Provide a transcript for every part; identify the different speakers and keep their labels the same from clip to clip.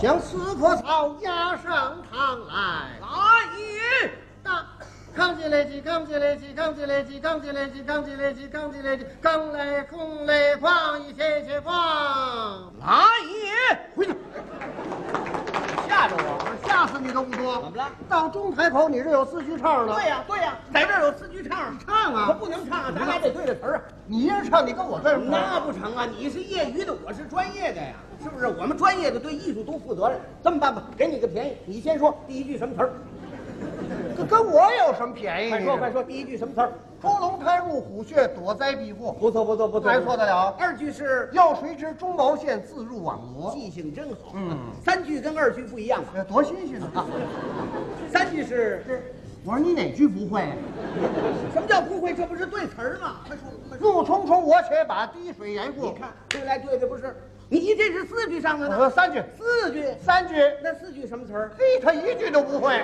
Speaker 1: 将四棵草押上堂来。
Speaker 2: 来也，
Speaker 1: 大，扛起来起，扛起来起，扛起来起，扛起来起，扛起来起，扛起来起，扛来空来放一些些放。
Speaker 2: 来也，
Speaker 1: 回去，
Speaker 2: 吓着我。
Speaker 1: 吓死你都不说。
Speaker 2: 怎么了？
Speaker 1: 到中台口你这有四句唱呢。
Speaker 2: 对呀、对呀、在这儿有四句唱，
Speaker 1: 唱啊
Speaker 2: 可不能唱啊，咱俩得对着词儿啊。
Speaker 1: 你一人唱，你跟我对着谱
Speaker 2: 那不成啊！你是业余的，我是专业的呀，是不是？我们专业的对艺术都负责任。这么办吧，给你个便宜，你先说第一句什么词儿？
Speaker 1: 这跟我有什么便宜？
Speaker 2: 快说快！说，第一句什么词儿？
Speaker 1: 出笼开入虎穴，躲灾避祸，
Speaker 2: 不错不错哎
Speaker 1: 还
Speaker 2: 不错，
Speaker 1: 错得了
Speaker 2: 二句是
Speaker 1: 要谁知中毛线自入网罗，
Speaker 2: 记性真好，
Speaker 1: 嗯，
Speaker 2: 三句跟二句不一样啊。
Speaker 1: 这多新鲜啊！
Speaker 2: 三句是
Speaker 1: 我说你哪句不会？啊
Speaker 2: 什么叫不会？这不是对词儿吗？快说快说，
Speaker 1: 怒冲冲，我且把滴水淹
Speaker 2: 你
Speaker 1: 过。
Speaker 2: 看对来对的不是？你这是四句上的
Speaker 1: 我
Speaker 2: 呢，
Speaker 1: 说三句，
Speaker 2: 四句，
Speaker 1: 三句，
Speaker 2: 那四句什么词儿？
Speaker 1: 嘿，他一句都不会。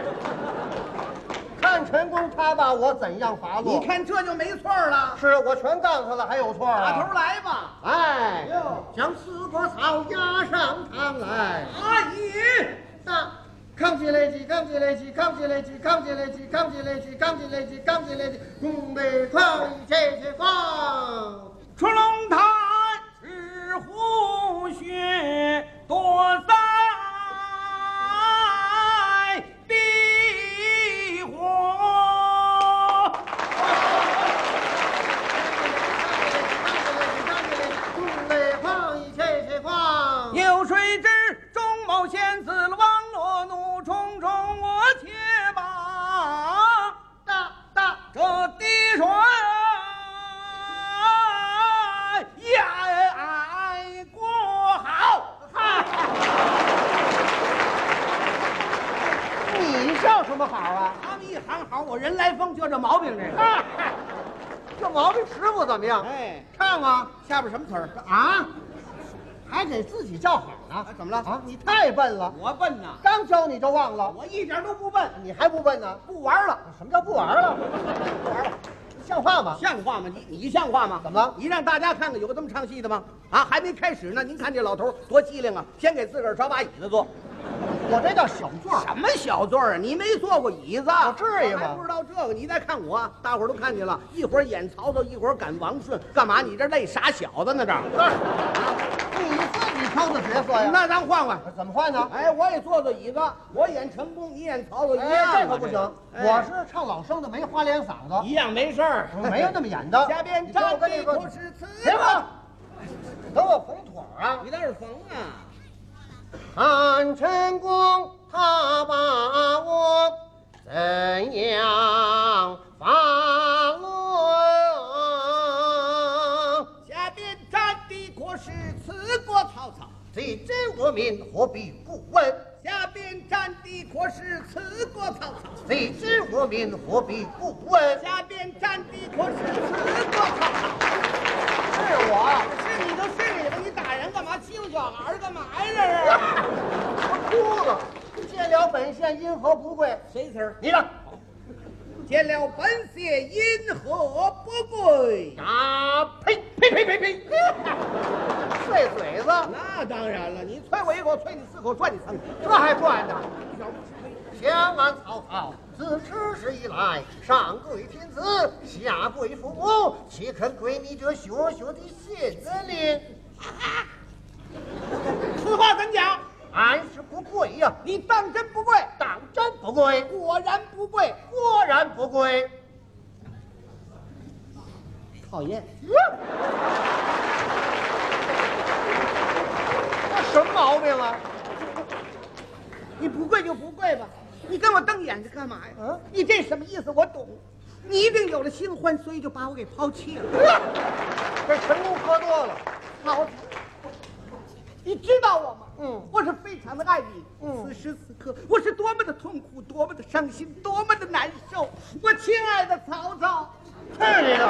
Speaker 1: 看陈宫他把我怎样罚
Speaker 2: 你
Speaker 1: 落？
Speaker 2: 看这就没错儿了，
Speaker 1: 是我全告诉他了，还有错啊？
Speaker 2: 打头来吧，
Speaker 1: 哎
Speaker 2: 哟，
Speaker 1: 将四棵草压上堂来。
Speaker 2: 阿姨。
Speaker 1: 大，扛起来起，扛起来起，扛起来起，扛起来起，扛起来起，扛起来起，扛起来起，拱北放，这些放。
Speaker 3: 出龙潭赤虎穴，躲灾避祸。
Speaker 1: 拱北放，这些放。
Speaker 3: 有谁知中某仙子王罗怒冲冲，我且把
Speaker 1: 大大
Speaker 3: 这滴水淹过好。
Speaker 1: 你叫什么好啊？
Speaker 2: 他们一行好，我人来疯，就这毛病这个。
Speaker 1: 这毛病师傅怎么样？
Speaker 2: 哎，
Speaker 1: 唱啊
Speaker 2: 下边什么词儿？
Speaker 1: 啊！还给自己叫好呢？
Speaker 2: 怎么了
Speaker 1: 啊，你太笨了，
Speaker 2: 我笨呐，
Speaker 1: 刚教你就忘了，
Speaker 2: 我一点都不笨，
Speaker 1: 你还不笨呢？
Speaker 2: 不玩了，
Speaker 1: 什么叫不玩了？不玩了，像话吗？
Speaker 2: 像话吗？你你像话吗？
Speaker 1: 怎么了
Speaker 2: 你让大家看看有这么唱戏的吗？啊，还没开始呢，您看这老头儿多机灵啊！先给自个儿找把椅子坐，
Speaker 1: 我这叫小座儿。
Speaker 2: 什么小座儿啊？你没坐过椅子，
Speaker 1: 我哦至于吗
Speaker 2: 我还不知道这个，你再看我，大伙儿都看见了，一会儿演曹操，一会儿赶王顺，干嘛？你这累傻小子呢？这儿，
Speaker 1: 你自己挑的角色呀？
Speaker 2: 那咱换换。
Speaker 1: 怎么换呢？
Speaker 2: 哎，我也坐坐椅子，我演陈宫，你演曹操，一样啊、
Speaker 1: 哎，这可不行，
Speaker 2: 哎
Speaker 1: 我是唱老生的，没花脸嗓子，
Speaker 2: 一样没事儿。
Speaker 1: 没有那么演 的。
Speaker 2: 下边
Speaker 1: 你听我
Speaker 2: 站
Speaker 1: 跟你
Speaker 2: 的
Speaker 1: 说
Speaker 2: 不是词。
Speaker 1: 别慌，等我缝腿儿啊。
Speaker 2: 你倒是缝啊！
Speaker 1: 看陈公他把我怎样发落？
Speaker 2: 下边站的可是词国曹操，
Speaker 1: 这真国民何必不问？
Speaker 2: 下边站的可是词国曹操，
Speaker 1: 这真国民何必不问？
Speaker 2: 下边站的可是词国曹操。
Speaker 1: 是我，
Speaker 2: 是你就是你吧，你打人干嘛？欺负小孩儿干嘛呀？
Speaker 1: 我哭了。见了本县因何不跪？
Speaker 2: 这是谁词儿？
Speaker 1: 你让
Speaker 2: 见了本县因何不跪？
Speaker 1: 啊！呸呸呸呸 呸！碎嘴子，
Speaker 2: 那当然了，你啐我一口，啐你四口，转你三口。
Speaker 1: 这还转呢？想俺曹操自知识以来，上跪天子，下跪父母，岂肯跪你这学学的仙子哩？
Speaker 2: 此话怎讲？
Speaker 1: 俺是不跪呀、
Speaker 2: 你当真不跪？
Speaker 1: 当真不跪，
Speaker 2: 果然不跪。
Speaker 1: 果然不跪。
Speaker 2: 讨厌。
Speaker 1: 这什么毛病啊？
Speaker 2: 你不跪就不跪吧，你跟我瞪眼睛干嘛呀？
Speaker 1: 嗯
Speaker 2: 你这什么意思？我懂，你一定有了新欢，所以就把我给抛弃了。
Speaker 1: 这陈功喝多了，
Speaker 2: 好，你知道我吗？
Speaker 1: 嗯
Speaker 2: 我是非常的爱你。
Speaker 1: 嗯
Speaker 2: 此时此刻，我是多么的痛苦，多么的伤心，多么的难受。我亲爱的曹操，
Speaker 1: 是你的。